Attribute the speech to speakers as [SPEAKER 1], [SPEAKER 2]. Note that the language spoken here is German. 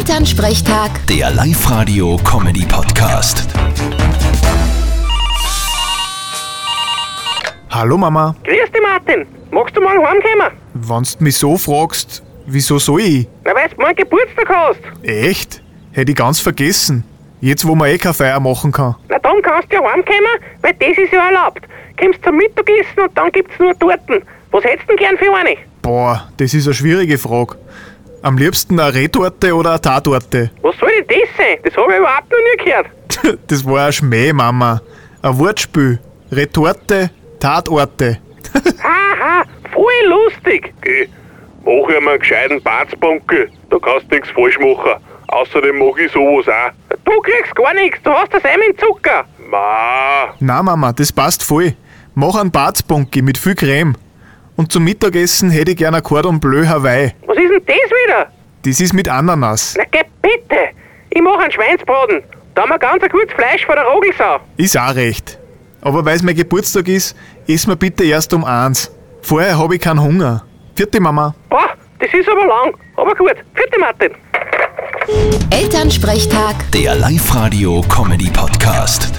[SPEAKER 1] Elternsprechtag,
[SPEAKER 2] Der Live-Radio-Comedy-Podcast.
[SPEAKER 3] Hallo Mama,
[SPEAKER 4] Grüß dich, Martin. Magst du morgen heimkommen?
[SPEAKER 3] wenn's mich so fragst, wieso soll ich?
[SPEAKER 4] Na, weil du morgen Geburtstag hast.
[SPEAKER 3] Echt? Hätte ich ganz vergessen. Jetzt, wo man eh keine Feier machen kann.
[SPEAKER 4] Na, dann kannst du ja heimkommen, weil das ist ja erlaubt. Kommst zum Mittagessen und dann gibt's nur Torten. Was hättest du denn gern für eine?
[SPEAKER 3] Boah, das ist eine schwierige Frage. Am liebsten eine Retorte oder eine Tatorte?
[SPEAKER 4] Was soll denn das sein? Das habe ich überhaupt noch nie gehört.
[SPEAKER 3] Das war ein Schmäh, Mama. Ein Wortspiel. Retorte, Tatorte.
[SPEAKER 4] Haha, voll lustig.
[SPEAKER 5] Geh, mach ihm einen gescheiten Batzbunkel. Da kannst du nichts falsch machen. Außerdem mag ich sowas auch.
[SPEAKER 4] Du kriegst gar nichts, du hast das einmal in Zucker.
[SPEAKER 5] Ma,
[SPEAKER 3] Na Mama, das passt voll. Mach einen Batzbunki mit viel Creme. Und zum Mittagessen hätte ich gerne ein Cordon Bleu Hawaii.
[SPEAKER 4] Was ist denn das wieder?
[SPEAKER 3] Das ist mit Ananas.
[SPEAKER 4] Na, geh bitte. Ich mache einen Schweinsbraten. Da haben wir ganz ein gutes Fleisch von der Rogelsau.
[SPEAKER 3] Ist auch recht. Aber weil's mein Geburtstag ist, essen wir bitte erst um eins. Vorher habe ich keinen Hunger. Vierte Mama.
[SPEAKER 4] Boah, das ist aber lang. Aber gut. Vierte Martin.
[SPEAKER 1] Elternsprechtag.
[SPEAKER 2] Der Live-Radio-Comedy-Podcast.